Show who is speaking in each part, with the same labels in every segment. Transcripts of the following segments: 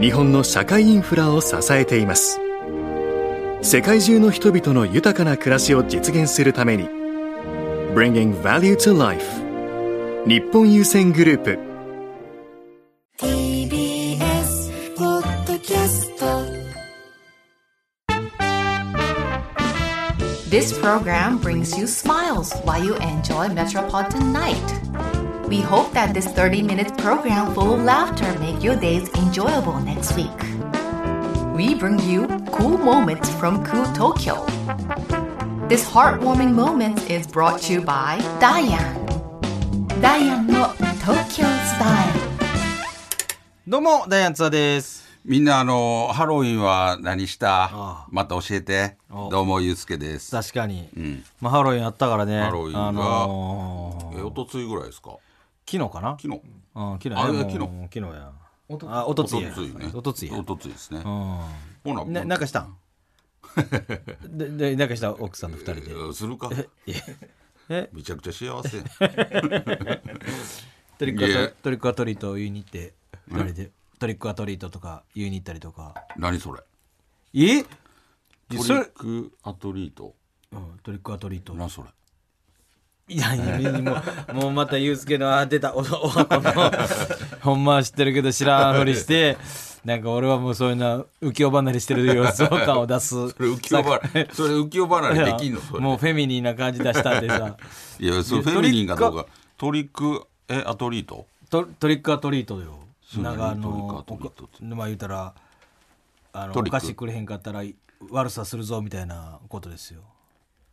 Speaker 1: 日本の社会インフラを支えています世界中の人々の豊かな暮らしを実現するために Bringing Value to Life 日本郵船グループ
Speaker 2: TBS ポッドキャスト
Speaker 3: This program brings you smiles while you enjoy Metropolitan Night. We hope that this 30-minute program full of laughter make your days enjoyable next week. We bring you cool moments from cool Tokyo. This heartwarming moment is brought to you by Diane. Diane の Tokyo Style.
Speaker 4: どうも、ダイアンツアです。
Speaker 5: みんなあのハロウィンは何した
Speaker 4: あ
Speaker 5: また教えて
Speaker 4: お
Speaker 5: どうもゆうすけです
Speaker 4: 確かに。
Speaker 5: ん
Speaker 4: まあ、ハロウィンあったからね。
Speaker 5: ハロウィンが
Speaker 4: あの
Speaker 5: えおとついぐらいですか
Speaker 4: ー、昨日かな
Speaker 5: 昨
Speaker 4: う
Speaker 5: 日
Speaker 4: ん、昨日
Speaker 5: あ
Speaker 4: や。
Speaker 5: いや
Speaker 4: もう
Speaker 5: 昨
Speaker 4: 昨日や。あ、おとついや。
Speaker 5: ね
Speaker 4: おとついや。
Speaker 5: おとついですね
Speaker 4: う
Speaker 5: ほな、
Speaker 4: ん。ななんかした んで、で、なんかした奥さんと二人で
Speaker 5: え。ーするか
Speaker 4: え
Speaker 5: めちゃくちゃ幸せ
Speaker 4: トリックア
Speaker 5: い
Speaker 4: ト
Speaker 5: え
Speaker 4: トリックアトリートを言いに行って、二人で。トリックアトリートとか言いに行ったりとか。
Speaker 5: 何それ
Speaker 4: え
Speaker 5: トリ
Speaker 4: それ
Speaker 5: ッ、クアトリート
Speaker 4: うん、トリックアトリート。
Speaker 5: 何それ
Speaker 4: い やいや、もう、もうまたユうスケの、あ、出た、お、お、この、ほんまは知ってるけど知らんふりして、 なんか俺はもうそういうの、浮世離れしてる様子を感を出す。
Speaker 5: それ浮世離れそれ浮世離れできんのそれ
Speaker 4: もうフェミニーな感じ出したんで さ、
Speaker 5: いやそれフェミニンかどうかトリックえアトリート
Speaker 4: トトリックアトリートよ。
Speaker 5: う
Speaker 4: なんかあ
Speaker 5: 何
Speaker 4: の、
Speaker 5: トリックアトリートって
Speaker 4: おかまあ言うたら、あの、
Speaker 5: ト
Speaker 4: お
Speaker 5: リック
Speaker 4: 菓子くれへんかったら悪さするぞみたいなことですよ。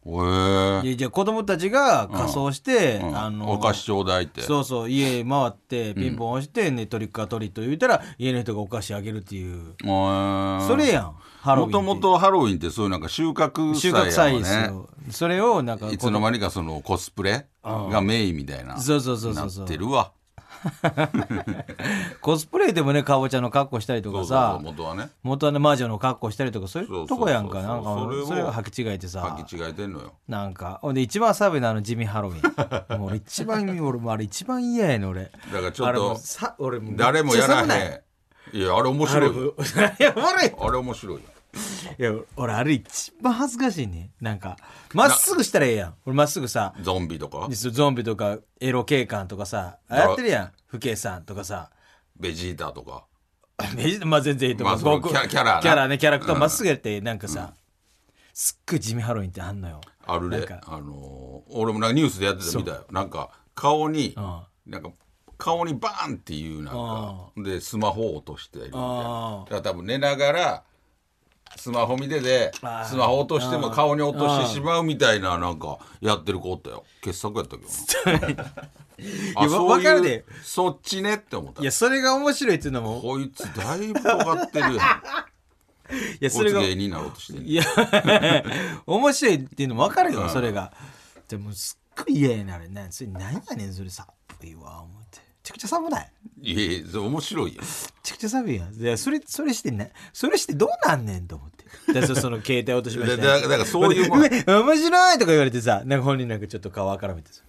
Speaker 5: へえ
Speaker 4: いや、じゃあ子供たちが仮装して、
Speaker 5: うん
Speaker 4: あの、
Speaker 5: お菓子ちょうだいって
Speaker 4: そうそう家回ってピンポン押して、ねトリックアトリート言うたら家の人がお菓子あげるっていう、そ
Speaker 5: そ
Speaker 4: れやんハロウィン
Speaker 5: もともとハロウィンってそういうなんか収穫
Speaker 4: 収
Speaker 5: 祭
Speaker 4: 穫
Speaker 5: や
Speaker 4: 祭
Speaker 5: もん
Speaker 4: です
Speaker 5: ね
Speaker 4: よ、それをなんか
Speaker 5: いつの間にかそのコスプレがメインみたいな
Speaker 4: そうそうそうそ
Speaker 5: な
Speaker 4: うそう
Speaker 5: ってるわ
Speaker 4: コスプレでもねかぼちゃの格好したりと
Speaker 5: そう
Speaker 4: か
Speaker 5: そうそ
Speaker 4: さ
Speaker 5: う元はね
Speaker 4: 元はね魔女の格好したりとかそうい
Speaker 5: そうう
Speaker 4: と
Speaker 5: そうそう
Speaker 4: こやんかなんか
Speaker 5: それを
Speaker 4: それを履き違えてさ
Speaker 5: 履き違えてんのよ
Speaker 4: なんかほんで一番サーベなあの地味ハロウ ィンもう俺一番俺もうあれ一番嫌やねん俺
Speaker 5: だからちょ
Speaker 4: あ
Speaker 5: っ
Speaker 4: れもう
Speaker 5: と
Speaker 4: さ俺う
Speaker 5: 誰もやらへ
Speaker 4: めっちゃ寒ない
Speaker 5: んいやあれ面
Speaker 4: あれ
Speaker 5: 白いよ
Speaker 4: いや悪い
Speaker 5: あれ面白いよ
Speaker 4: いや俺あれ一番恥ずかしいねなんかまっすぐしたらええやん俺まっすぐさ
Speaker 5: ゾンビとか
Speaker 4: そうゾンビとかエロ警官とかさ
Speaker 5: だ
Speaker 4: やってるやん不敬さんとかさ
Speaker 5: ベジータとか
Speaker 4: メジまあ全然いいと思
Speaker 5: まあ
Speaker 4: う、
Speaker 5: その
Speaker 4: 僕
Speaker 5: キャキャラな
Speaker 4: キャラねキャラクター
Speaker 5: うん
Speaker 4: まっすぐやってなんかさ、すっごい地味ハロウィンってあんのよ
Speaker 5: ある
Speaker 4: なん
Speaker 5: で
Speaker 4: か
Speaker 5: あのー俺もなんかニュースでやってたみたいよなんか顔になんか顔にバーンっていうなんかでスマホを落としてるみたい
Speaker 4: あ
Speaker 5: なだから多分寝ながらスマホ見てて
Speaker 4: あー
Speaker 5: スマホ落としても顔に落としてしまうみたいななんかやってる子おったよ傑作やったけどな
Speaker 4: いやわわかるで
Speaker 5: そっちねって思った
Speaker 4: いやそれが面白いっていうのも
Speaker 5: こいつだいぶ尖って るやん
Speaker 4: いやそ
Speaker 5: こ
Speaker 4: れ
Speaker 5: いつ
Speaker 4: が
Speaker 5: 芸人
Speaker 4: い
Speaker 5: になろうとしてる
Speaker 4: や 面白いっていうのも分かるよ、それがでもすっごい嫌やねんあれなんそれなんやねんそれさいいわ思ってめちゃくちゃ寒ない
Speaker 5: いやいやそれ面 白いやん
Speaker 4: めちゃくちゃ寒いやん。でそれ、それしてね、それしてどうなんねんと思って。で、そその携帯落としました、
Speaker 5: だだだからそういうもん
Speaker 4: でで面白いとか言われてさ、なんか本人なんかちょっと顔あからめてさ。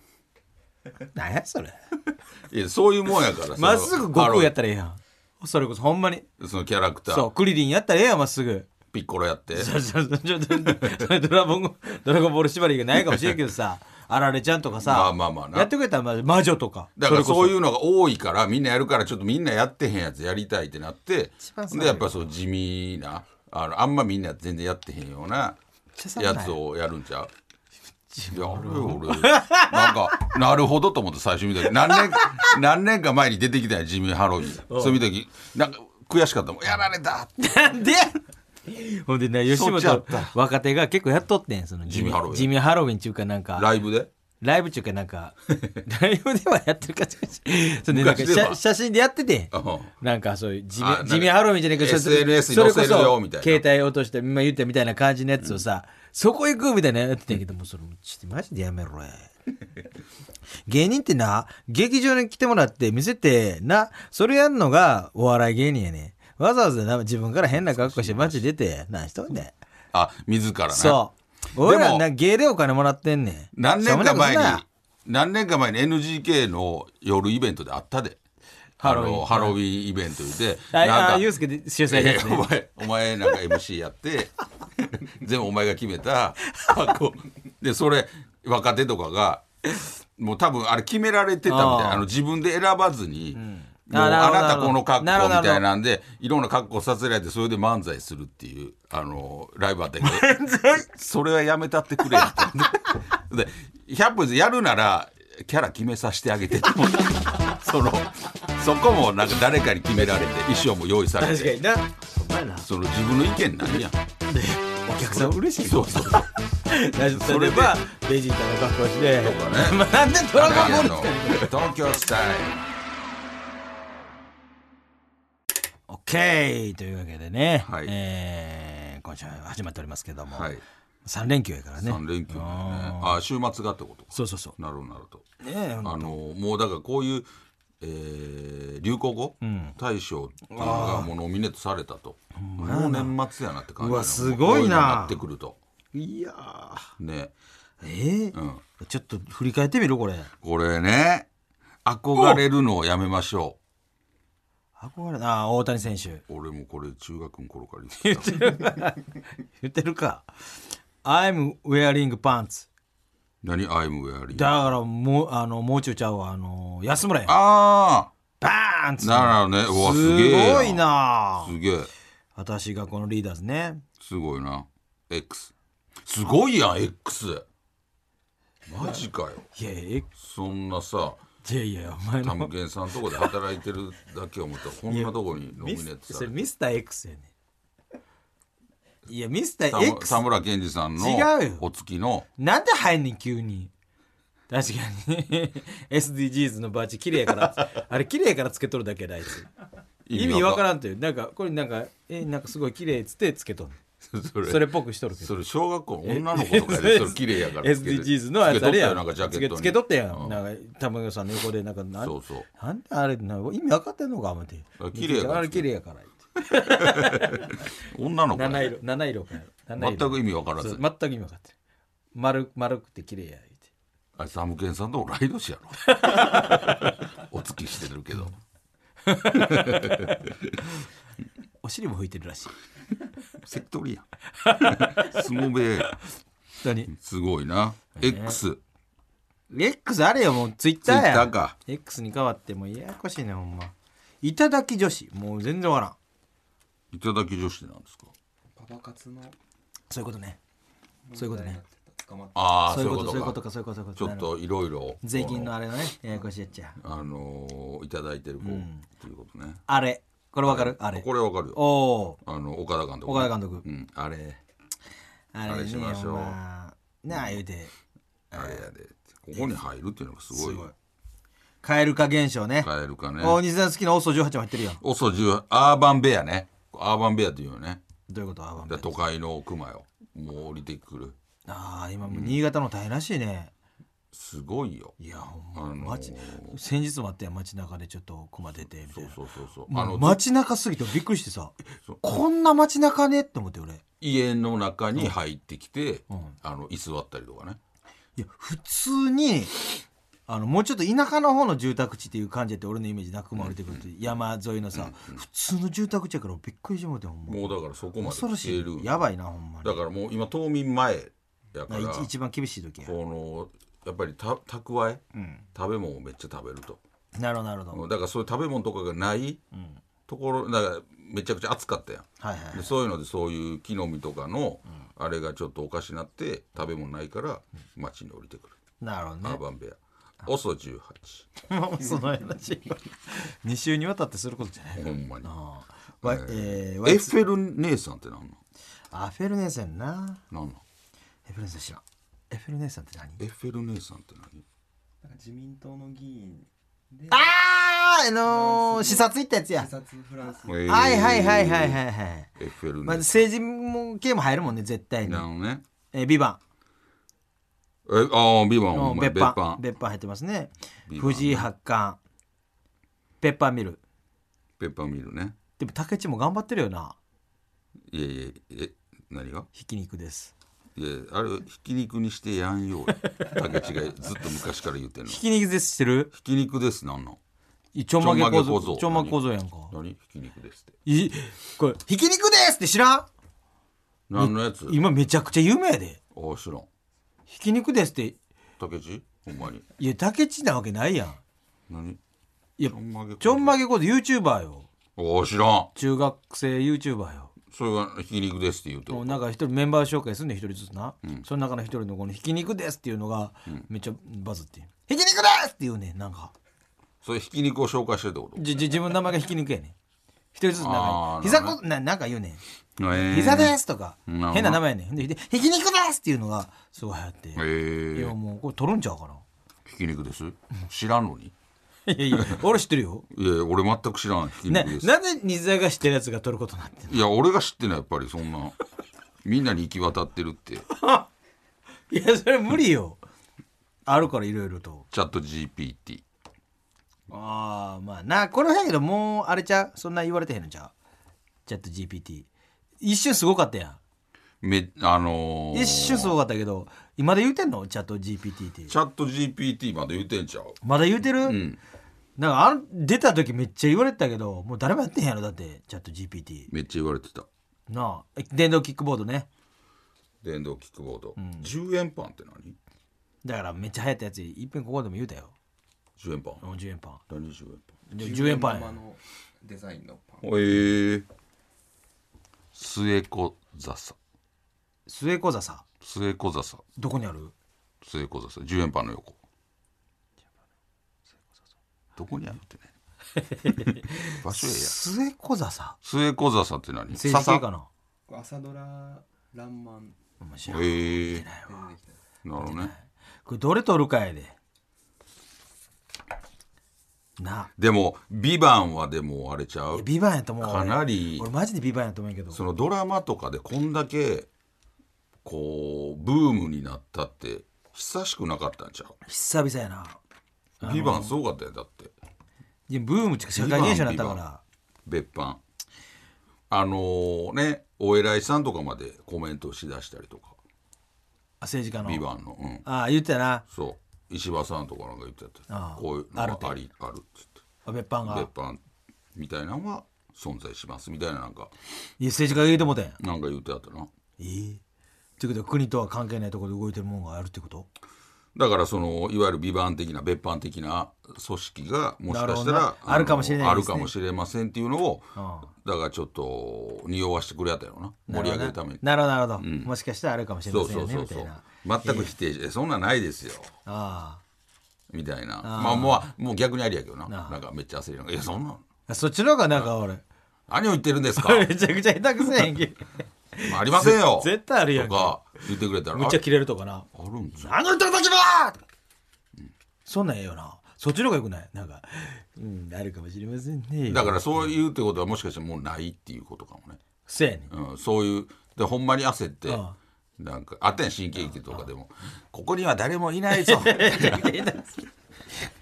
Speaker 4: なんや それ。
Speaker 5: いやそういうもんやから
Speaker 4: まっすぐ悟
Speaker 5: ハ
Speaker 4: 空
Speaker 5: ロウィン
Speaker 4: やったらええやん。それこそほんまに。
Speaker 5: そのキャラクタ
Speaker 4: そう、
Speaker 5: ー
Speaker 4: クリリンやったらええやん、まっすぐ。
Speaker 5: ピッコロやって
Speaker 4: ちょちょちょちょドラゴン、ドラゴンボール縛りがないかもしれんけどさ、あられちゃんとかさ、
Speaker 5: まあまあまあな
Speaker 4: やってくれたらまあ魔女とか。
Speaker 5: だからそう
Speaker 4: う。
Speaker 5: いうのが多いからみんなやるからちょっとみんなやってへんやつやりたいってなって
Speaker 4: 番寒い
Speaker 5: でやっぱそう地味なあのあんまみんな全然やってへんような
Speaker 4: ちゃ寒い
Speaker 5: やつをやるんちゃういや俺俺なんかなるほどと思って最初見た時何 年か何年か前に出てきたよ地味ハロウィンそう見た時なんか悔しかったもんやられたって
Speaker 4: なんでほんでね、吉
Speaker 5: そっちや
Speaker 4: 本
Speaker 5: った
Speaker 4: 若手が結構やっとってん、その地
Speaker 5: 地味ハロウィン
Speaker 4: 地味ハロウィンっていうかなんか。
Speaker 5: ライブで
Speaker 4: ライブ中かなんかライブではやってるかしそれでなんか
Speaker 5: 昔では
Speaker 4: 写写真でやってて
Speaker 5: うん
Speaker 4: なんかそういう地
Speaker 5: あなんか
Speaker 4: 味地味ハロウィンじゃないけど
Speaker 5: SNS に
Speaker 4: それこ
Speaker 5: 載せるよ
Speaker 4: そ
Speaker 5: みたいな
Speaker 4: 携帯落として今言ったみたいな感じのやつをさ、そこ行くみたいなのやってたんやけどもうそれちょっとマジでやめろや。芸人ってな、劇場に来てもらって見せて、な、それやんのがお笑い芸人やねん。わざわざな自分から変な格好して街出て、なんしとんねん。
Speaker 5: あ自らね
Speaker 4: そう。俺らな、芸でお金もらってんねん。
Speaker 5: 何年か前
Speaker 4: そん
Speaker 5: に
Speaker 4: なことすな
Speaker 5: 何年か前に NGK の夜イベントであったで
Speaker 4: ハロウィン
Speaker 5: あのハロウィンイベントで
Speaker 4: あ
Speaker 5: な
Speaker 4: あ、
Speaker 5: んか
Speaker 4: ユースケで主催のやつ
Speaker 5: いやいや
Speaker 4: ね。
Speaker 5: お前お前なんか MC やって 全部お前が決めた箱でそれ若手とかがもう多分あれ決められてたみたい
Speaker 4: あ
Speaker 5: な
Speaker 4: ー
Speaker 5: あの自分で選ばずに、もう
Speaker 4: あ
Speaker 5: あ
Speaker 4: なるほど
Speaker 5: なたこの格
Speaker 4: なるほど
Speaker 5: 好みたいなんでいろんな格好させられてそれで漫才するっていうあのライブあったけどそれはやめたってくれってで100分やるならキャラ決めさせてあげてって思ったそのそこもなんか誰かに決められて衣装も用意されて
Speaker 4: 確かにな。お前な。
Speaker 5: その自分の意見なんやん。
Speaker 4: お客さん嬉しい。
Speaker 5: そうそう そう。
Speaker 4: ラジオそれは、ベジータの格好して。
Speaker 5: とか ね
Speaker 4: まあなんでドラゴンボール
Speaker 5: の
Speaker 4: 使うの
Speaker 5: 東京スタイ
Speaker 4: オッケーというわけでね、
Speaker 5: はい
Speaker 4: えー今週は始まっておりますけども、
Speaker 5: ル。はい。
Speaker 4: 三連休やからね。
Speaker 5: 三連休だよね。あ、週末がってことか。
Speaker 4: そうそうそう。
Speaker 5: なるほどなるほど。
Speaker 4: ねえ、
Speaker 5: あのもうだからこういう、えー流行語、大賞っていうのがもうノミネートされたと。もう年末やなって感
Speaker 4: う
Speaker 5: じだね。
Speaker 4: わすごいな
Speaker 5: もうこううのなってくると。
Speaker 4: いやー
Speaker 5: ね。
Speaker 4: えー
Speaker 5: うん。
Speaker 4: ちょっと振り返ってみるこれ。
Speaker 5: これね。憧れるのをやめましょ
Speaker 4: 憧れなあー大谷選手
Speaker 5: う。俺もこれ中学の頃から言ってた。
Speaker 4: 言ってるか I'm wearing pants
Speaker 5: 何 I'm wearing.
Speaker 4: だからもうあのもうちょいちゃうわあの安村や
Speaker 5: あ
Speaker 4: パンツ
Speaker 5: あ。なるほどね。うわすげえ。
Speaker 4: すごい。な
Speaker 5: すげえ。
Speaker 4: 私がこのリーダーズね
Speaker 5: すごいな。X。すごいやん、X。マジかよ。
Speaker 4: いやいや
Speaker 5: そんなさ、
Speaker 4: いやいやお前
Speaker 5: タ
Speaker 4: の
Speaker 5: ムケンさんとこで働いてるだけ思ったら、こんなとこにノミネ
Speaker 4: ミ
Speaker 5: ー
Speaker 4: ス
Speaker 5: トさ
Speaker 4: そ
Speaker 5: れ
Speaker 4: れ
Speaker 5: て
Speaker 4: ミスター X やねいやミスタ
Speaker 5: 田
Speaker 4: ー X
Speaker 5: 田村健二さんの
Speaker 4: 違うよ
Speaker 5: お月の
Speaker 4: なんで入んねん急に確かに SDGs のバーチ綺麗やからあれ綺麗やからつけとるだけだあいつ意味わからんというなんかこれなんかえなんかすごい綺麗っつってつけとん
Speaker 5: ん。それ
Speaker 4: それっぽくしとるけど
Speaker 5: それ小学校の女の子とかでそれ綺麗やからつけて
Speaker 4: SDGs のやつあれや
Speaker 5: つけとったよなんかジャケットに
Speaker 4: つけとったやん、
Speaker 5: うん
Speaker 4: なんか玉川さんの横でなんかなん
Speaker 5: そうそう
Speaker 4: なんであれなんか意味分かってんのか思って
Speaker 5: あ綺麗やから
Speaker 4: あれ綺麗やから
Speaker 5: 女の子
Speaker 4: 七
Speaker 5: や
Speaker 4: 色七色から七
Speaker 5: 全
Speaker 4: 色
Speaker 5: く意味わから
Speaker 4: そう
Speaker 5: ず
Speaker 4: 全く意味分かってる丸丸くて綺麗や言うて
Speaker 5: あれタムケンさんと同い年やろ お月してるけど
Speaker 4: お尻も拭いてるらしい
Speaker 5: セクトリやん相撲部屋や
Speaker 4: 何
Speaker 5: すごいな。X。
Speaker 4: X あれよもうツイッターや
Speaker 5: Twitter か
Speaker 4: X に変わってもうややこしいねほんまいただき女子もう全然わからん
Speaker 5: いただき女子ってなんですか。
Speaker 6: パパ活の
Speaker 4: そういうことねそういうことね
Speaker 6: 捕まっ
Speaker 5: ああ、
Speaker 4: そう
Speaker 5: そう
Speaker 4: い
Speaker 5: いうう
Speaker 4: こ
Speaker 5: ことと
Speaker 4: そういう
Speaker 5: か。
Speaker 4: ことかそういうことそういうこと
Speaker 5: ちょっ
Speaker 4: なるほど
Speaker 5: といろいろ。
Speaker 4: 税金のあれだねややこしいやっちゃ
Speaker 5: この。あのー、いただいてる子。っていうことね。
Speaker 4: あれこれわかるあれ
Speaker 5: これわかる
Speaker 4: お
Speaker 5: よ。
Speaker 4: お
Speaker 5: あの、岡田監督。
Speaker 4: 岡田監督
Speaker 5: うん、あれ。
Speaker 4: あ
Speaker 5: あれしましょう
Speaker 4: ねまあなあ言うて
Speaker 5: あれやで。ここに入るっていうのがすごい。
Speaker 4: 蛙化現象ね
Speaker 5: 変えるかね。
Speaker 4: 大西さん好きな OSO18 も入ってるやん
Speaker 5: OSO18、アーバンベアね。アーバンベアっていうよね。
Speaker 4: どういうことあ
Speaker 5: で都会の熊よ。もう降りてくる。
Speaker 4: あー今もう新潟の大変らしいね
Speaker 5: すごいよ。
Speaker 4: いやほん
Speaker 5: あのー
Speaker 4: ま街先日もあったやん街中でちょっと熊出てみた
Speaker 5: そ
Speaker 4: いうな
Speaker 5: そうそうそう。あ
Speaker 4: もう
Speaker 5: の、
Speaker 4: 街中すぎてびっくりしてさこんな街中ねって思って俺
Speaker 5: 家の中に入ってきて
Speaker 4: うん、
Speaker 5: あの、居座ったりとかね。
Speaker 4: いや普通にあのもうちょっと田舎の方の住宅地っていう感じやって俺のイメージなくも降りてくると山沿いのさ、普通の住宅地やからびっくりしてもうてほんま
Speaker 5: もうだからそこまで
Speaker 4: 恐ろ
Speaker 5: 来て
Speaker 4: し
Speaker 5: い
Speaker 4: い
Speaker 5: る
Speaker 4: やばいなほんま
Speaker 5: だ
Speaker 4: に
Speaker 5: からもう今冬眠前やから
Speaker 4: な一
Speaker 5: こ
Speaker 4: 一番厳しい時や
Speaker 5: のやっぱりた蓄え、食べ物をめっちゃ食べると
Speaker 4: なるほどなるほど、
Speaker 5: だからそういう食べ物とかがないところだからめちゃくちゃ暑かったやん、
Speaker 4: はいはい
Speaker 5: でそういうのでそういう木の実とかのあれがちょっとおかしなって食べ物ないから町に降りてくる、
Speaker 4: なるほ
Speaker 5: ア
Speaker 4: ど
Speaker 5: ーバンベア OSO18
Speaker 4: ねもうその話二週にわたってすることじゃ ない
Speaker 5: ほんまに
Speaker 4: ああわえーわ
Speaker 5: エッフェル姉さんってなんの
Speaker 4: あフェルネーセンな
Speaker 5: なんの
Speaker 4: エッフェルネーセン知らんエッフェル姉さんって何
Speaker 5: エッフェル姉さんって何
Speaker 7: なんか自民党の議員で
Speaker 4: あーあのー、視察行ったやつや
Speaker 7: 自殺フランス
Speaker 5: えー
Speaker 4: はいはいはいはいはいはい、
Speaker 5: エッフェル
Speaker 4: まあ、
Speaker 5: 姉さ
Speaker 4: 政治も系も入るもんね絶対
Speaker 5: ん
Speaker 4: に
Speaker 5: なのね
Speaker 4: 「えー、ビバ
Speaker 5: えああビバ
Speaker 4: ン
Speaker 5: ン
Speaker 4: の
Speaker 5: お前
Speaker 4: 別
Speaker 5: 別
Speaker 4: 班
Speaker 5: 班
Speaker 4: 別班入ってますね
Speaker 5: ビバン
Speaker 4: 藤井八冠ペッパーミル
Speaker 5: ペッパーミルね
Speaker 4: でも竹内も頑張ってるよない
Speaker 5: やいやえ何が
Speaker 4: ひき肉です
Speaker 5: いやあれひき肉にしてやん よう竹内がずっと昔から言ってるの
Speaker 4: ひ
Speaker 5: ひ
Speaker 4: き肉ですしてる
Speaker 5: き肉ですなんの
Speaker 4: ちょんまげ構
Speaker 5: ちょんまげ構
Speaker 4: 造
Speaker 5: 造
Speaker 4: ちょんまげ構造やんか
Speaker 5: 何ひき肉ですって
Speaker 4: いこれ「ひき肉です!」って知らん
Speaker 5: 何のやつ
Speaker 4: 今めちゃくちゃ有名やで
Speaker 5: おお知らん
Speaker 4: 「ひき肉です」って
Speaker 5: 竹内ほんまに
Speaker 4: いや竹内なわけないやん
Speaker 5: 何
Speaker 4: いや
Speaker 5: ちょんまげ
Speaker 4: ちょんまげ構造 YouTuber よ
Speaker 5: おお知らん
Speaker 4: 中学生 YouTuber よ
Speaker 5: それがひき肉ですって言うて
Speaker 4: もうなんか一人メンバー紹介すんねん一人ずつな、その中の一人のこの「ひき肉です」っていうのがめっちゃバズって「ひき肉です!」って言うねんなんか
Speaker 5: それひき肉を紹介してってこと
Speaker 4: じじ自分の名前がひき肉やねん一人ずつなんか
Speaker 5: あー
Speaker 4: 膝
Speaker 5: なる
Speaker 4: こななんか言うねん「膝
Speaker 5: 膝
Speaker 4: です!」とか
Speaker 5: なるほど
Speaker 4: 変な名前やねんでで「ひき肉です!」っていうのがすごい流行って、い
Speaker 5: え
Speaker 4: やもうこれ取るんちゃうかな
Speaker 5: ひき肉です知らんのに
Speaker 4: いやいや俺知ってるよ
Speaker 5: いや俺全く知らんひき
Speaker 4: な
Speaker 5: 肉です
Speaker 4: なぜ西澤が知ってるやつが取ることになってんの
Speaker 5: いや俺が知ってないやっぱりそんなみんなに行き渡ってるって
Speaker 4: いやそれ無理よあるからいろいろと
Speaker 5: チャット GPT
Speaker 4: ああまあなこの辺やけどもうあれちゃうそんな言われてへんのちゃうチャット GPT 一瞬すごかったや
Speaker 5: めあの
Speaker 4: ん
Speaker 5: ー、
Speaker 4: 一瞬すごかったけど今で言うてんのチャット GPT って
Speaker 5: チャット GPT まで言うてんちゃう
Speaker 4: まだ言うてる、なんかあの出た時めっちゃ言われてたけどもう誰もやってへんやろだってチャット GPT
Speaker 5: めっちゃ言われてた
Speaker 4: なあえ電動キックボードね
Speaker 5: 電動キックボード、10円パンって何
Speaker 4: だからめっちゃ流行ったやついっぺんここでも言うたよ
Speaker 5: 10円パン
Speaker 4: 10円パン
Speaker 5: 何10円
Speaker 4: でも10円パンや
Speaker 7: ママのデザインのパン
Speaker 5: パンへえ末子ザサ
Speaker 4: 末小座さ
Speaker 5: 末子ザサ
Speaker 4: どこにある
Speaker 5: 末子ザサ10円パンの横どこにあるってね 場所やや
Speaker 4: 末小座さ
Speaker 5: 末子ザサって何
Speaker 4: 政治系か
Speaker 5: 笹
Speaker 4: な
Speaker 7: これ朝ドラ「らんまん
Speaker 4: 面白い
Speaker 5: へえなるほどね
Speaker 4: これどれ取るかやでな
Speaker 5: でも「ビバンはでもあれちゃ
Speaker 4: あ
Speaker 5: う
Speaker 4: ビバンやと思う
Speaker 5: かなり
Speaker 4: 俺俺マジでビバンやと思うんやけど
Speaker 5: そのドラマとかでこんだけこうブームになったって久しくなかったんちゃ
Speaker 4: 久々やな
Speaker 5: う「ビバンすごかったよだって
Speaker 4: いやブームちか社会現象になったから
Speaker 5: 別班あのねお偉いさんとかまでコメントしだしたりとか
Speaker 4: あ政治家
Speaker 5: 「ビ
Speaker 4: の
Speaker 5: バンの、うん、
Speaker 4: ああ言ってたな
Speaker 5: そう石破さんとかなんか言ってた
Speaker 4: ああ
Speaker 5: こういうのがありあるっつって
Speaker 4: あ別班が
Speaker 5: 別班みたいなのは存在しますみたいななんか
Speaker 4: いや政治家が言うてもうてんえ
Speaker 5: なんか言ってあったな
Speaker 4: えってことは国とは関係ないところで動いてるもんがあるってこと
Speaker 5: だからそのいわゆる美版的な別版的な組織がもしかし
Speaker 4: な
Speaker 5: た
Speaker 4: るほど
Speaker 5: ら
Speaker 4: ね
Speaker 5: の
Speaker 4: あるかもしれないですね
Speaker 5: あるかもしれませんっていうのをだからちょっと匂わしてくれやったよな盛り上げるために
Speaker 4: なるほどなるほど、もしかしたらあるかもしれ
Speaker 5: そ
Speaker 4: ま
Speaker 5: う
Speaker 4: せん
Speaker 5: そ
Speaker 4: よ
Speaker 5: う
Speaker 4: ねみた
Speaker 5: そうそ
Speaker 4: いうな
Speaker 5: 全く否定してそんなんないですよ
Speaker 4: あ
Speaker 5: みたいなまあもうもう逆にありやけどな
Speaker 4: ああ
Speaker 5: なんかめっちゃ焦りながら「いやそんなん
Speaker 4: あそっちの方がなんか俺
Speaker 5: 何を言ってるんですか
Speaker 4: めちゃくちゃ下手くそやん け
Speaker 5: ありませんよ」
Speaker 4: 絶対あるやん
Speaker 5: とか言ってくれたら「
Speaker 4: むっ
Speaker 5: あ
Speaker 4: ちゃ切れるとかな
Speaker 5: あるんじゃん
Speaker 4: あの人たちはそんなんええよな。そっちの方がよくないなんか、うん、あるかもしれませんね。。
Speaker 5: だかららそういうってことはもしかしてもうないっていうことかもね
Speaker 4: せやねん。
Speaker 5: うん、そういうでほんまに焦って
Speaker 4: あ
Speaker 5: なんかあったやん新喜劇とかでも「ここには誰もいないぞ」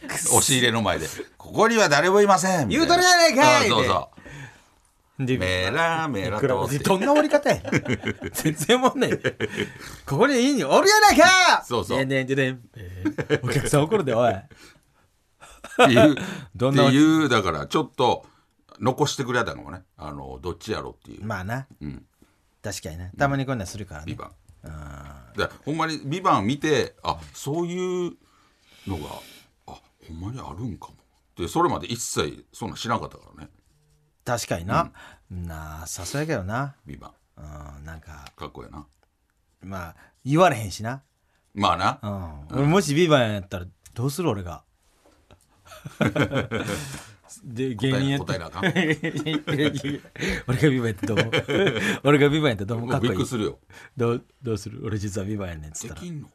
Speaker 5: 押し入れの前で「ここには誰もいません」みた
Speaker 4: 言うとるやないかい
Speaker 5: あそうそ
Speaker 4: で
Speaker 5: うメラメラ
Speaker 4: クラ
Speaker 5: と
Speaker 4: ブ
Speaker 5: って
Speaker 4: どんな終わり方や全然もん ない。ここにいいにおるやないか
Speaker 5: そうそう
Speaker 4: ねんねんでねんえーお客さん怒るで、 おい。
Speaker 5: っていう
Speaker 4: どんな
Speaker 5: っていうだからちょっと残してくれたのもねあのどっちやろっていう
Speaker 4: まあな。
Speaker 5: ん
Speaker 4: 確かにな。たまにこんなんするから
Speaker 5: 「ビ
Speaker 4: ね。
Speaker 5: バンだからほんまに「ビバン見てあそういうのがあほんまにあるんかもでそれまで一切そんなんしなかったからね
Speaker 4: 確かにな。なあ、さすがやけどな。
Speaker 5: 「ビバン
Speaker 4: うん、なんか、
Speaker 5: かっこええな
Speaker 4: まあ、言われへんしな。
Speaker 5: まあな、
Speaker 4: うん、俺もしビバンやったらどうする俺がで芸人やって
Speaker 5: 答え なあかん
Speaker 4: 俺がビバンやってどう思う 俺がビバンやってどう思うかっこ
Speaker 5: びっ
Speaker 4: い
Speaker 5: く
Speaker 4: い
Speaker 5: りするよ
Speaker 4: どうどうする俺実はビバンやねんっつっ
Speaker 5: で
Speaker 4: たら
Speaker 5: きんの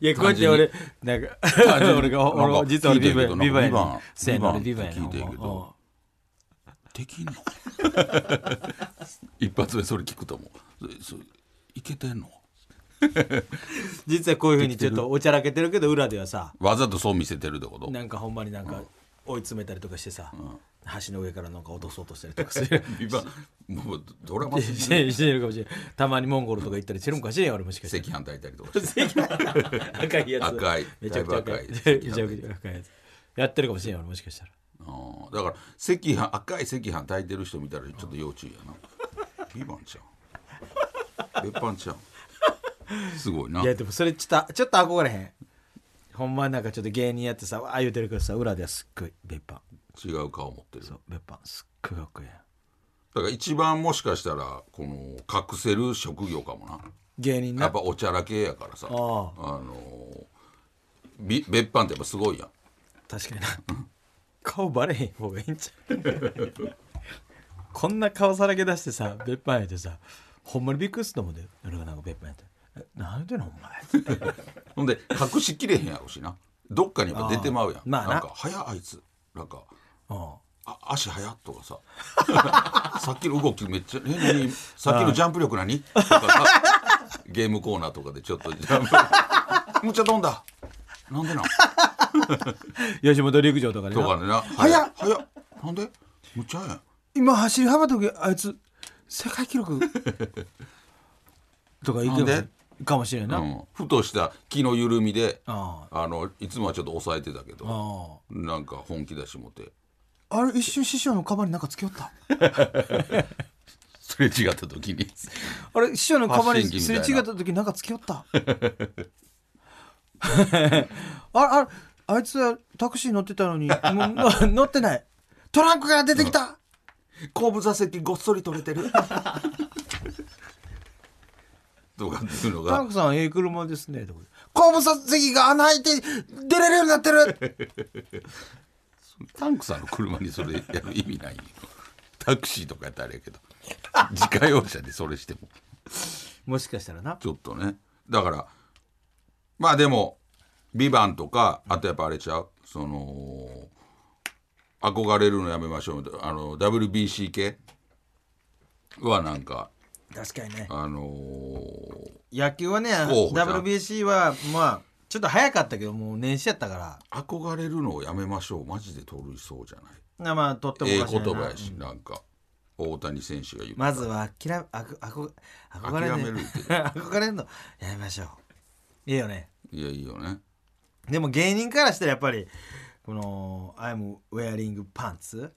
Speaker 4: いやこうやって俺なんか 俺が
Speaker 5: なんか
Speaker 4: 俺実は俺ビバン
Speaker 5: 聞いて
Speaker 4: ビ
Speaker 5: んけど
Speaker 4: バンや
Speaker 5: なん
Speaker 4: ねん
Speaker 5: か
Speaker 4: せやねん俺
Speaker 5: ビ
Speaker 4: ビ
Speaker 5: バ
Speaker 4: バ
Speaker 5: ン
Speaker 4: ンやねん
Speaker 5: 聞いてんけど
Speaker 4: ほんまうん
Speaker 5: できんの 一発目それ聞くと思うそそいけてんの
Speaker 4: 実はこういうふうにちょっとおちゃらけてるけど裏ではさ
Speaker 5: わざとそう見せてるってこと
Speaker 4: なんかほんまになんか追い詰めたりとかしてさ橋の上からなんか落とそうとしたりとかする
Speaker 5: ビバンもう ドラマ
Speaker 4: し
Speaker 5: 赤
Speaker 4: てしてるかもしれんたまにモンゴルとか行ったりしてるんかしれん俺もしかして
Speaker 5: 飯炊いたりとかして
Speaker 4: 赤いやつ
Speaker 5: 赤い
Speaker 4: めちゃくちゃ赤
Speaker 5: だい
Speaker 4: い
Speaker 5: ぶ
Speaker 4: め
Speaker 5: 赤い
Speaker 4: ちゃくちゃ赤いやつやってるかもしれん俺もしかしたら
Speaker 5: あーだから赤飯赤い赤飯炊いてる人見たらちょっと要注意やなビバンちゃん別班ちゃんすごいない
Speaker 4: やでもそれちょっとちょっと憧れへんほんまなんかちょっと芸人やってさわあ言うてるけどさ裏ではすっごい別班
Speaker 5: 違う顔持ってる
Speaker 4: そう別班すっごいかっこいいやん
Speaker 5: だから一番もしかしたらこの隠せる職業かもな
Speaker 4: 芸人
Speaker 5: やっ
Speaker 4: な
Speaker 5: ぱおちゃらけやからさあ
Speaker 4: あ
Speaker 5: のび別班ってやっぱすごいやん
Speaker 4: 確かにな顔バレへん方がいいんちゃうこんな顔さらけ出してさ別班やってさほんまにびっくりすると思うで俺がなんか別班やってえ「なんでなんお前」
Speaker 5: ほんで隠しきれへんやろしなどっかにやっぱ出てまうやん
Speaker 4: あーまあな
Speaker 5: なんか「早あいつ」なんか
Speaker 4: うん
Speaker 5: あ足速っとかさ さっきの動きめっちゃ「え何さっきのジャンプ力何?」とかさゲームコーナーとかでちょっとジャン プ「むっちゃ飛んだなんでなん?」
Speaker 4: 吉本陸上とかでな
Speaker 5: とかでな「早っ早っなんでむっちゃ早いやん
Speaker 4: 今走り幅跳びあいつ世界記 録とか言って
Speaker 5: なん
Speaker 4: るかもしれんな、
Speaker 5: うんふとした気の緩みで
Speaker 4: あ
Speaker 5: あのいつもはちょっと抑えてたけど
Speaker 4: あ
Speaker 5: なんか本気出しもて
Speaker 4: あれ一瞬師匠のカバンになんかつけよった
Speaker 5: すれ違った時に
Speaker 4: あれ師匠のカバンに
Speaker 5: 発信機み
Speaker 4: す
Speaker 5: たい
Speaker 4: れ
Speaker 5: な
Speaker 4: 違った時なんかつけよった あれあれあいつはタクシー乗ってたのにもう の乗ってないトランクが出てきた、
Speaker 5: 後部座席ごっそり取れてる とかっていうの
Speaker 4: トラン
Speaker 5: が
Speaker 4: クさんええ車ですねとか後部座席が穴開いて出れるようになってる
Speaker 5: タンクさんの車にそれやる意味ないよタクシーとかやったらあれやけど自家用車でそれしても
Speaker 4: もしかしたらな
Speaker 5: ちょっとねだからまあでも「ビバンとかあとやっぱあれちゃうその憧れるのやめましょうみたいなあの WBC 系はなんか
Speaker 4: 確かにね
Speaker 5: あのー
Speaker 4: 野球はね
Speaker 5: 候補じゃん
Speaker 4: WBC はまあちょっと早かったけどもう年始やったか
Speaker 5: 憧れるのをやめましょうマジで盗塁そうじゃない
Speaker 4: らまあとっても
Speaker 5: ええ
Speaker 4: おかしないな
Speaker 5: 言葉やしなんか大谷選手が言う
Speaker 4: まずは諦めあこあこ憧れ
Speaker 5: 諦
Speaker 4: る
Speaker 5: めるって
Speaker 4: 憧れるのやめましょういいよね
Speaker 5: いやいいよね
Speaker 4: でも芸人からしたらやっぱりこの「I'm wearing pants」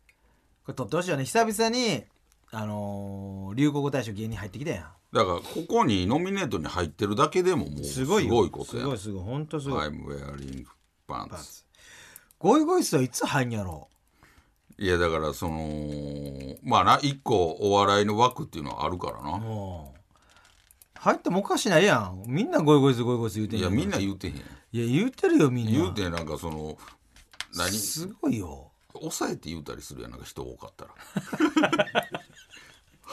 Speaker 4: これ撮ってほしいよね久々にあのー流行語大賞芸人入ってきたや
Speaker 5: だからここにノミネートに入ってるだけでももうんす
Speaker 4: す
Speaker 5: ご
Speaker 4: ご
Speaker 5: い
Speaker 4: いよ
Speaker 5: こと
Speaker 4: す
Speaker 5: や
Speaker 4: ごいすごい本当すごい、
Speaker 5: I'm wearing pants
Speaker 4: ゴイゴイスーはいつ入んやろ
Speaker 5: いやだからそのまあな一個お笑いの枠っていうのはあるから
Speaker 4: う
Speaker 5: な
Speaker 4: もう入ってもおかしないやんみんなゴイゴイスーゴイゴイスー言うてん
Speaker 5: いや
Speaker 4: ん
Speaker 5: みんな言うてへんやん
Speaker 4: いや言うてるよみんな
Speaker 5: 言うてなんかその何
Speaker 4: すごいよ
Speaker 5: 抑えて言うたりするやんなんか人多かったら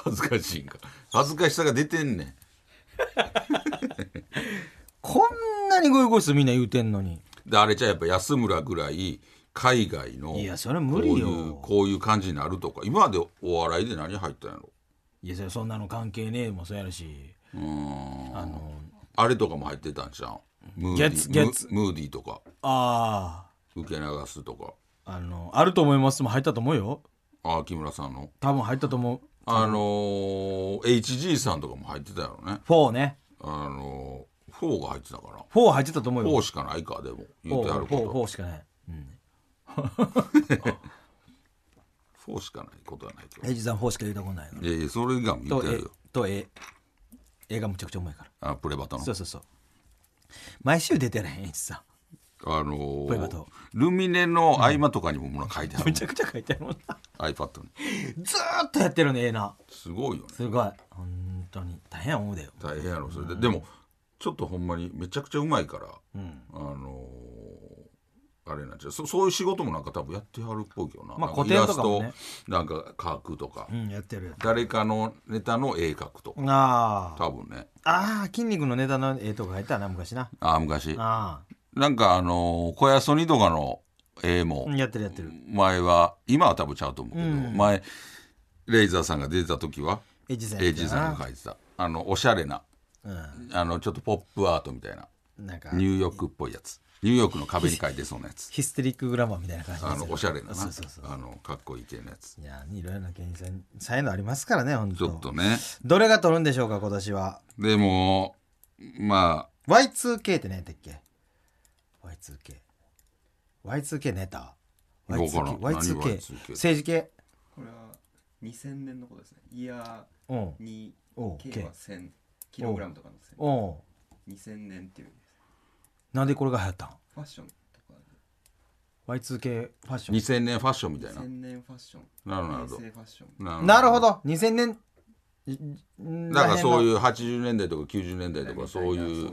Speaker 5: 恥ずかしいんか恥ずかしさが出てんねん
Speaker 4: こんなにゴイゴイスーみんな言うてんのに
Speaker 5: であれじゃやっぱ安村ぐらい海外の
Speaker 4: いやそれ無理よ
Speaker 5: こういうこういう感じになるとか今までお笑いで何入ったんやろ
Speaker 4: いやそれそんなの関係ねえもそうやるし
Speaker 5: うーん
Speaker 4: あの
Speaker 5: あれとかも入ってたんじゃんムーデ
Speaker 4: ゲ
Speaker 5: ィ
Speaker 4: ッツゲッツ
Speaker 5: ムムーディーとか
Speaker 4: あ
Speaker 5: 受け流すとか
Speaker 4: ああのあると思いますも入ったと思うよ
Speaker 5: ああ木村さんの
Speaker 4: 多分入ったと思う
Speaker 5: あのー HG さんとかも入ってたやろね
Speaker 4: 4ね
Speaker 5: あのー、4が入ってたから
Speaker 4: 4入ってたと思う
Speaker 5: 4
Speaker 4: よ
Speaker 5: しかないかでも言うてあること
Speaker 4: 4しかない、うん、
Speaker 5: 4しかないことはないけど
Speaker 4: エイジさん4しか言うたことないから
Speaker 5: いやいやそれが言っ
Speaker 4: と
Speaker 5: てある
Speaker 4: A
Speaker 5: よ
Speaker 4: と A 映画むちゃくちゃ重いから
Speaker 5: あプレバトの
Speaker 4: そうそうそう毎週出てないエイジさん
Speaker 5: あの
Speaker 4: プレバト
Speaker 5: ー、ルミネの合間とかにももの書いてある
Speaker 4: めちゃくちゃ書いてあるもんな
Speaker 5: iPad に
Speaker 4: ずーっとやってるねええな
Speaker 5: すごいよね
Speaker 4: すごい本当に大変や思うだよ
Speaker 5: 大変やろそれで、でもちょっとほんまにめちゃくちゃうまいから、あのーあれなんちゃうそそういう仕事もなんか多分やってはるっぽいけどな,、
Speaker 4: まあ
Speaker 5: なんか
Speaker 4: 古典とかもね
Speaker 5: イラストなんか描くとか、
Speaker 4: うんやってるやってる
Speaker 5: 誰かのネタの絵描くとか、
Speaker 4: あー
Speaker 5: 多分ね
Speaker 4: あー筋肉のネタの絵とか描いたな昔な
Speaker 5: ああ昔
Speaker 4: あ
Speaker 5: なんかあのー小安にとかの絵も
Speaker 4: あやってるやってる
Speaker 5: 前は今は多分ちゃうと思うけど、
Speaker 4: うん
Speaker 5: 前レイザーさんが出てた時は
Speaker 4: エッジさん
Speaker 5: エ
Speaker 4: や
Speaker 5: イ
Speaker 4: って
Speaker 5: ジ
Speaker 4: る
Speaker 5: さん
Speaker 4: な
Speaker 5: が描いてたあのおしゃれな
Speaker 4: う
Speaker 5: あのちょっとポップアートみたいなん
Speaker 4: なんか
Speaker 5: ニューヨークっぽいやつニューヨークの壁に描いてそうなやつ
Speaker 4: ヒステリックグラマーみたいな感じ
Speaker 5: あのおしゃれなな
Speaker 4: そうそうそう
Speaker 5: あのかっこいい系のやつ
Speaker 4: いやいろいろな芸人さん才能ありますからね本
Speaker 5: ち
Speaker 4: 当
Speaker 5: ょっとね
Speaker 4: どれが取るんでしょうか今年は
Speaker 5: でもま
Speaker 4: Y2K って何やったっけ Y2K Y2K ネタ
Speaker 5: わからん
Speaker 4: Y2K
Speaker 5: 何
Speaker 4: Y2K 政
Speaker 5: Y2K
Speaker 4: 治系
Speaker 8: これは2000年のことですねイヤ
Speaker 4: うん
Speaker 8: ーに
Speaker 4: おう
Speaker 8: K
Speaker 4: K
Speaker 8: は1000キログラムとかの1000
Speaker 4: おう
Speaker 8: 2000年っていう意味です
Speaker 4: なんでこれが流行ったん
Speaker 8: ファッションとか
Speaker 4: Y2K ファッシ
Speaker 5: あ
Speaker 4: ョ
Speaker 5: 2000年ファッションみたいな
Speaker 8: 千年ファッション
Speaker 5: なるほど
Speaker 8: 平成ファッション
Speaker 5: な
Speaker 4: ンなるほど2000年ん
Speaker 5: だからそう
Speaker 4: う
Speaker 5: いう80年代とか90年代とかそう
Speaker 8: みた
Speaker 5: い
Speaker 8: な
Speaker 5: う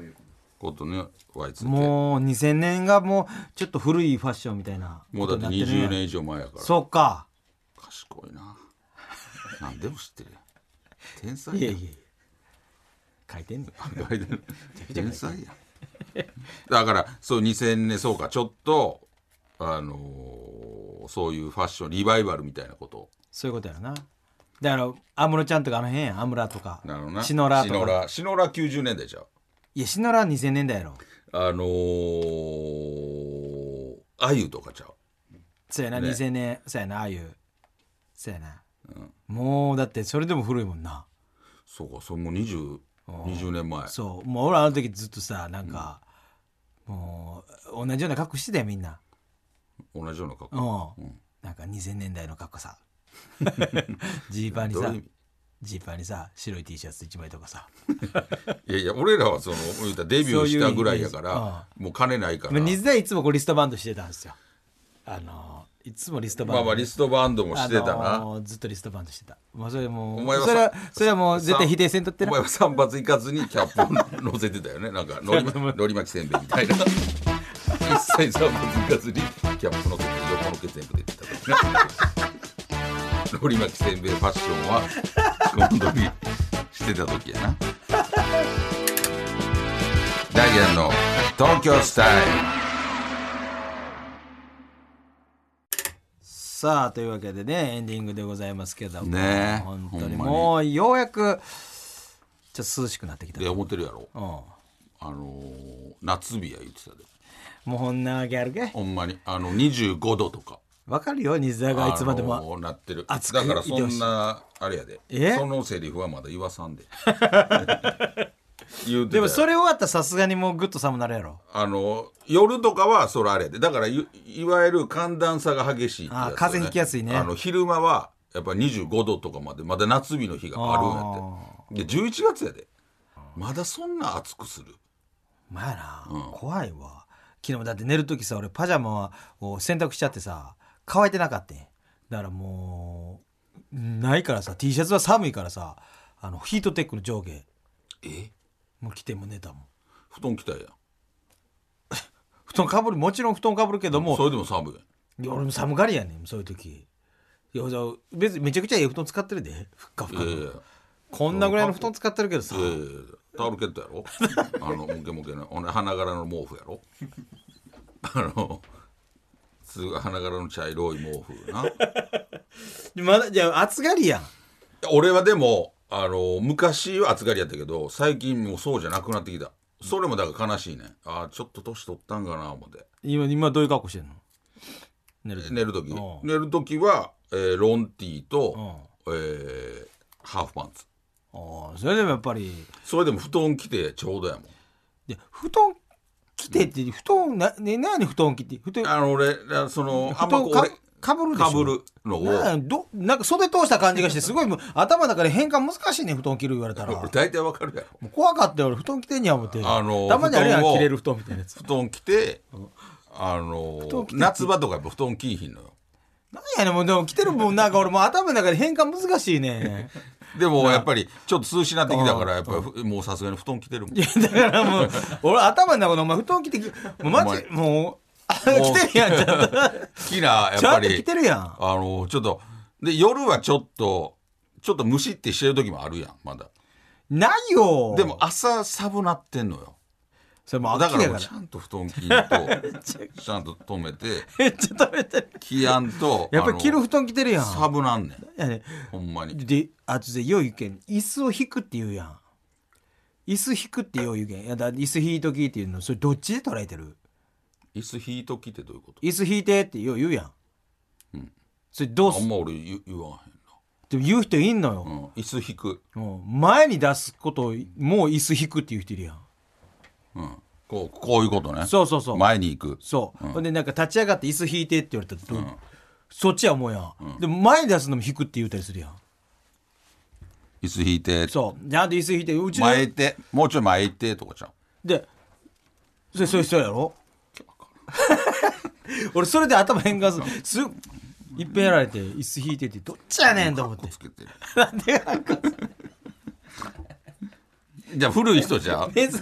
Speaker 5: ことね Y2K も
Speaker 4: もう2000年がもうちょっと古いファッションみたいな
Speaker 5: うだって
Speaker 4: ことになるんや
Speaker 5: 20年以上前やから
Speaker 4: そうか
Speaker 5: 賢いな何でも知ってるやん天才
Speaker 4: いや
Speaker 5: や
Speaker 4: い
Speaker 5: ん
Speaker 4: やいや書いてんねん
Speaker 5: 天才やんだからそう2000年そうかちょっとあのーそういうファッションリバイバルみたいなこと
Speaker 4: そういうことやろなだから安室ちゃんとかあの辺や安室とか
Speaker 5: なのな
Speaker 4: シノラと
Speaker 5: シノ
Speaker 4: か
Speaker 5: ラシノラ90年代じゃう
Speaker 4: いやシノラは2000年代やろ
Speaker 5: あのー、あゆとかちゃう
Speaker 4: そうやな、
Speaker 5: ね
Speaker 4: 2000年そうやなああいうそうやな、もうだってそれでも古いもんな
Speaker 5: そうかそれも2020年前
Speaker 4: そうもう俺あの時ずっとさなんか、もう同じような格好してたよみんな
Speaker 5: 同じような格
Speaker 4: うん
Speaker 5: 好、
Speaker 4: なんか2000年代の格好 さジーパンに
Speaker 5: どう
Speaker 4: さ
Speaker 5: いう意味
Speaker 4: ジーパンにさ白い T シャツ1枚とかさ
Speaker 5: いやいや俺らはその言うたらデビューしたぐらいやか
Speaker 4: そういうイメー
Speaker 5: らもう金ないから
Speaker 4: 水田いつもこうリストバンドしてたんですよあのいつもリストバンド
Speaker 5: まあまあリストバンドもしてたな、
Speaker 4: あのーずっとリストバンドしてたもうそれもう
Speaker 5: お前は
Speaker 4: それは
Speaker 5: さ
Speaker 4: それはもう絶対否定せんとって
Speaker 5: お
Speaker 4: な
Speaker 5: 前は散髪いかずにキャップを乗せてたよねなんかのり,、ま、のり巻きせんべいみたいな一切散髪いかずにキャップ乗せて横のけ全部出てた時ねのり巻きせんべいファッションは今度にしてた時やなダイアンの東京スタイル
Speaker 4: さあというわけでねエンディングでございますけども
Speaker 5: ねえ
Speaker 4: 本当に
Speaker 5: ほんまに
Speaker 4: もうようやくちょっと涼しくなってきた、
Speaker 5: で
Speaker 4: うん、
Speaker 5: 思ってるやろ
Speaker 4: も
Speaker 5: あのー夏日や言ってたで
Speaker 4: うほんなわけあるかい
Speaker 5: ほんまにあの25度とか
Speaker 4: わかるよ水田がいつまでも、
Speaker 5: あのーなってるだ
Speaker 4: 熱く
Speaker 5: から
Speaker 4: いて
Speaker 5: そ
Speaker 4: ほしい
Speaker 5: んなあれやで
Speaker 4: え
Speaker 5: そのセリフはまだ言わさん で言うてた
Speaker 4: で
Speaker 5: よ
Speaker 4: もそれ終わったらさすがにもうぐっと寒なるやろ
Speaker 5: あのー夜とかはそれあれやでだからいいわゆる寒暖差が激しいってやつよ
Speaker 4: あー風邪ひきやすいね
Speaker 5: あの昼間はやっぱ25度とかまでまだ夏日の日があるんやってで11月やでまだそんな暑くする
Speaker 4: まあやな、怖いわ昨日もだって寝る時さ俺パジャマを洗濯しちゃってさ乾いてなかったんだからもうないからさ T シャツは寒いからさあのヒートテックの上下
Speaker 5: え
Speaker 4: もう着てもう寝たもん
Speaker 5: 布団着たいやん
Speaker 4: 布団かぶるもちろん布団かぶるけども
Speaker 5: それでも寒い
Speaker 4: いや俺も寒がりやねんそういう時いやじゃあ別にめちゃくちゃええ布団使ってるでふっかふ
Speaker 5: い
Speaker 4: か
Speaker 5: や
Speaker 4: の、
Speaker 5: いや
Speaker 4: こんなぐらいの布団使ってるけどさ、
Speaker 5: えータオルケットやろ あのモケモケのほんで花柄の毛布やろ あのすごい花柄の茶色い毛布ない
Speaker 4: まだじゃあ暑がりやん
Speaker 5: や俺はでもあの昔は暑がりやったけど最近もうそうじゃなくなってきたそれもだから悲しいねあーちょっと年取ったんかな思って
Speaker 4: 今今どういう格好してんの寝る時
Speaker 5: 寝る時
Speaker 4: うん
Speaker 5: 寝る時は、えーロンティー
Speaker 4: う
Speaker 5: と、
Speaker 4: ん
Speaker 5: えーハーフパンツ
Speaker 4: ああそれでもやっぱり
Speaker 5: それでも布団着てちょうどやもん
Speaker 4: で布団着てって布団な、ね、何布団着て布団
Speaker 5: あの俺あそのあ
Speaker 4: 布
Speaker 5: んまこ
Speaker 4: 団
Speaker 5: う
Speaker 4: か
Speaker 5: 俺
Speaker 4: かぶるでしょ
Speaker 5: かぶるのを
Speaker 4: なんやどなんか袖通した感じがしてすごいもう頭の中で変換難しいね布団着る言われ たら
Speaker 5: 俺
Speaker 4: も
Speaker 5: 大体わかるやろ
Speaker 4: う怖かったよ俺布団着てんや思って、
Speaker 5: あの
Speaker 4: たまにあれやん
Speaker 5: 布団を
Speaker 4: 着れる布団みたいなやつ
Speaker 5: 布団着て、あの
Speaker 4: 団着て
Speaker 5: 夏場とかやっぱ布団着いひんのよ
Speaker 4: なんやねんもうでも着てるもんなんか俺もう頭の中で変換難しい ね
Speaker 5: でもやっぱりちょっと涼しなってきたからやっぱりふもうさすがに布団着てるもん
Speaker 4: だからもう俺頭の中でお前布団着てもうマ
Speaker 5: お
Speaker 4: ジ
Speaker 5: 前
Speaker 4: もう
Speaker 5: もう
Speaker 4: 来てるやん、ちゃんと。
Speaker 5: 好きなやっ
Speaker 4: ちゃ
Speaker 5: ぱ
Speaker 4: んと来
Speaker 5: り
Speaker 4: てるやん。
Speaker 5: あのちょっとで夜はちょっとちょっとムシってしてる時もあるやんまだ
Speaker 4: ないよ。
Speaker 5: でも、朝寒なってんのよ
Speaker 4: それもう
Speaker 5: だ
Speaker 4: 秋
Speaker 5: か
Speaker 4: やから。
Speaker 5: らもうちゃんと布 団着んとちゃんと止めて
Speaker 4: めっちゃ食べてる。
Speaker 5: 着やんと
Speaker 4: やっぱり着る布団着てるやん。
Speaker 5: サブなんねん
Speaker 4: やね
Speaker 5: ほんまに
Speaker 4: で、あとで、よう言うけん、椅子を引くって言うやん。椅子引くってよう言うけん。いや、だ椅子引いときっていうの、それどっちで捉えてる
Speaker 5: 椅子引いときってどういうこと
Speaker 4: 椅子引いてってよう言うやん。それどう
Speaker 5: あ
Speaker 4: す
Speaker 5: んま俺言言わ
Speaker 4: でも言う人いんの
Speaker 5: へん
Speaker 4: よ。
Speaker 5: な、うん、椅子引く、
Speaker 4: うん前に出すことを、もう椅子引くっていう人いるやん。
Speaker 5: うん、こうこういうことね
Speaker 4: そうそうそう
Speaker 5: 前に行く
Speaker 4: そう、
Speaker 5: うん
Speaker 4: ほんでなんか立ち上がって椅子引いてって言われたらどう、そっちはもうやん、でも前に出すのも引くって言うたりするやん
Speaker 5: 椅子引いて
Speaker 4: そうちゃんと椅子引いてうちの
Speaker 5: 前行ってもうちょい前行ってとかちゃう
Speaker 4: でそれそれそれやろ 俺それで頭変換するすいっぺんやられて椅子引いてってどっちやねんと思って
Speaker 5: つけてるじゃあ古い人じゃう
Speaker 4: 珍し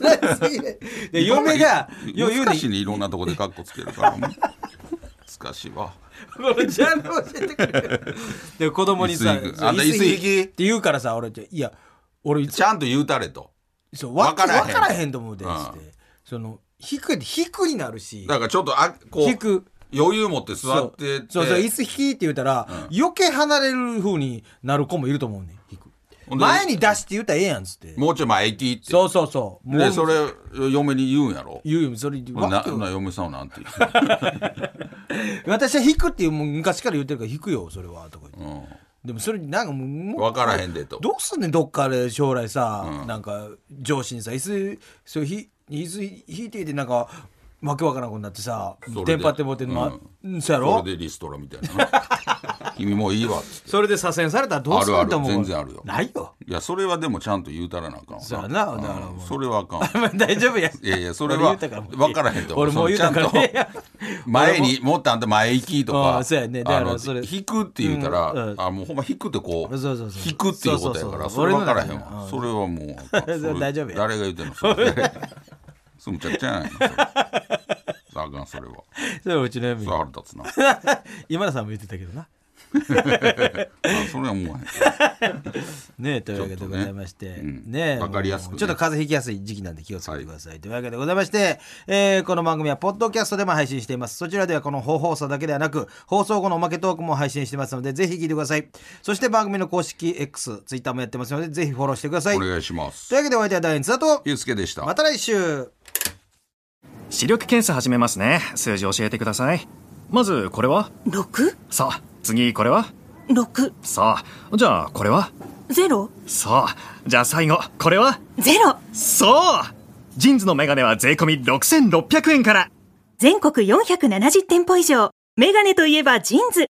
Speaker 4: いね で嫁がよう言う
Speaker 5: 難
Speaker 4: ね
Speaker 5: しいねいろんなとこでカッコつけるからもう 難しいわ
Speaker 4: このジャンル教えてくれるで子供にさ
Speaker 5: 椅子引くあんた椅子引き
Speaker 4: って言うからさ俺っていや俺
Speaker 5: ちゃんと言うたれと
Speaker 4: そうわ
Speaker 5: わからへん
Speaker 4: わからへんと思うで、
Speaker 5: うん
Speaker 4: つってその引くって引くになるし
Speaker 5: だからちょっとあこう
Speaker 4: 引く
Speaker 5: 余裕持って座
Speaker 4: そう
Speaker 5: ってて
Speaker 4: そうそう椅子引きって言ったら、余計離れる風になる子もいると思うねん引く
Speaker 5: ほんで
Speaker 4: 前に出して言ったらええやんっつって
Speaker 5: もうちょい前行っていいって
Speaker 4: そうそうそうも
Speaker 5: で
Speaker 4: う
Speaker 5: それ嫁に言うんやろ
Speaker 4: 言うよそれ言う
Speaker 5: な
Speaker 4: わけ
Speaker 5: な嫁さんはなんて言う
Speaker 4: 私は引くっていうもう昔から言ってるから引くよそれはとか言って、
Speaker 5: の、
Speaker 4: でもそれなんかもうも
Speaker 5: う、
Speaker 4: うん
Speaker 5: 分からへんでと
Speaker 4: どうすんねんどっかで将来さ、なんか上司にさ椅子そうひ椅子引いていてなんかわけわからんことになってさ
Speaker 5: それで
Speaker 4: テンパってもうてんのま、
Speaker 5: う
Speaker 4: うん、そうやろ
Speaker 5: それでリストラみたいなな 君もういいわっつって
Speaker 4: それで左遷されたらどうするんだもん
Speaker 5: あるある全然あるよ
Speaker 4: ないよ
Speaker 5: いやそれはでもちゃんと言うたらなあかんわ
Speaker 4: そうやなだからもう
Speaker 5: うんそれはあ かんわ
Speaker 4: 大丈夫や
Speaker 5: いやいやそれ
Speaker 4: 俺言
Speaker 5: は
Speaker 4: うたからもう
Speaker 5: 分からへんと思う
Speaker 4: 俺もう言うたから
Speaker 5: その
Speaker 4: ね
Speaker 5: ちゃんと 前にもっとあんた前行きと
Speaker 4: あ
Speaker 5: か
Speaker 4: あそうやねだから
Speaker 5: あの
Speaker 4: それ
Speaker 5: 引くって言うたら、
Speaker 4: うんうん
Speaker 5: あもうほんま引くってこう
Speaker 4: そうそうそう
Speaker 5: 引くっていうことやから
Speaker 4: そそう
Speaker 5: そう
Speaker 4: そう
Speaker 5: れ分からへん
Speaker 4: 俺の中で
Speaker 5: わそれはもうあか ん
Speaker 4: それ大丈夫や
Speaker 5: 誰が言うてんのそれ それむちゃくちゃやないのそれ あかんそれは
Speaker 4: それはうちの
Speaker 5: そ
Speaker 4: 嫁
Speaker 5: れ腹立 つなあ
Speaker 4: 今田さんも言ってたけどな
Speaker 5: それはもう
Speaker 4: ねえというわけで
Speaker 5: ちょっ
Speaker 4: ご
Speaker 5: とね
Speaker 4: ざいまして
Speaker 5: うん
Speaker 4: ねえ
Speaker 5: わかりやすくね
Speaker 4: もうちょっと風邪ひきやすい時期なんで気をつけてください、というわけでございまして、えーこの番組はポッドキャストでも配信していますそちらではこの放放送だけではなく放送後のおまけトークも配信してますのでぜひ聞いてくださいそして番組の公式 X ツイッターもやってますのでぜひフォローしてください
Speaker 5: お
Speaker 4: という
Speaker 5: 願いします
Speaker 4: わけでお相手は第2だと
Speaker 5: ゆうすけでした
Speaker 4: また来週
Speaker 1: 視力検査始めますね数字教えてくださいまずこれは
Speaker 9: 六
Speaker 1: さあ次これは
Speaker 9: 六
Speaker 1: さあじゃあこれは
Speaker 9: ゼロ
Speaker 1: さあじゃあ最後これは
Speaker 9: ゼロ
Speaker 1: そうジンズのメガネは税込6600円から
Speaker 10: 全国470店舗以上。メガネといえばジーンズ。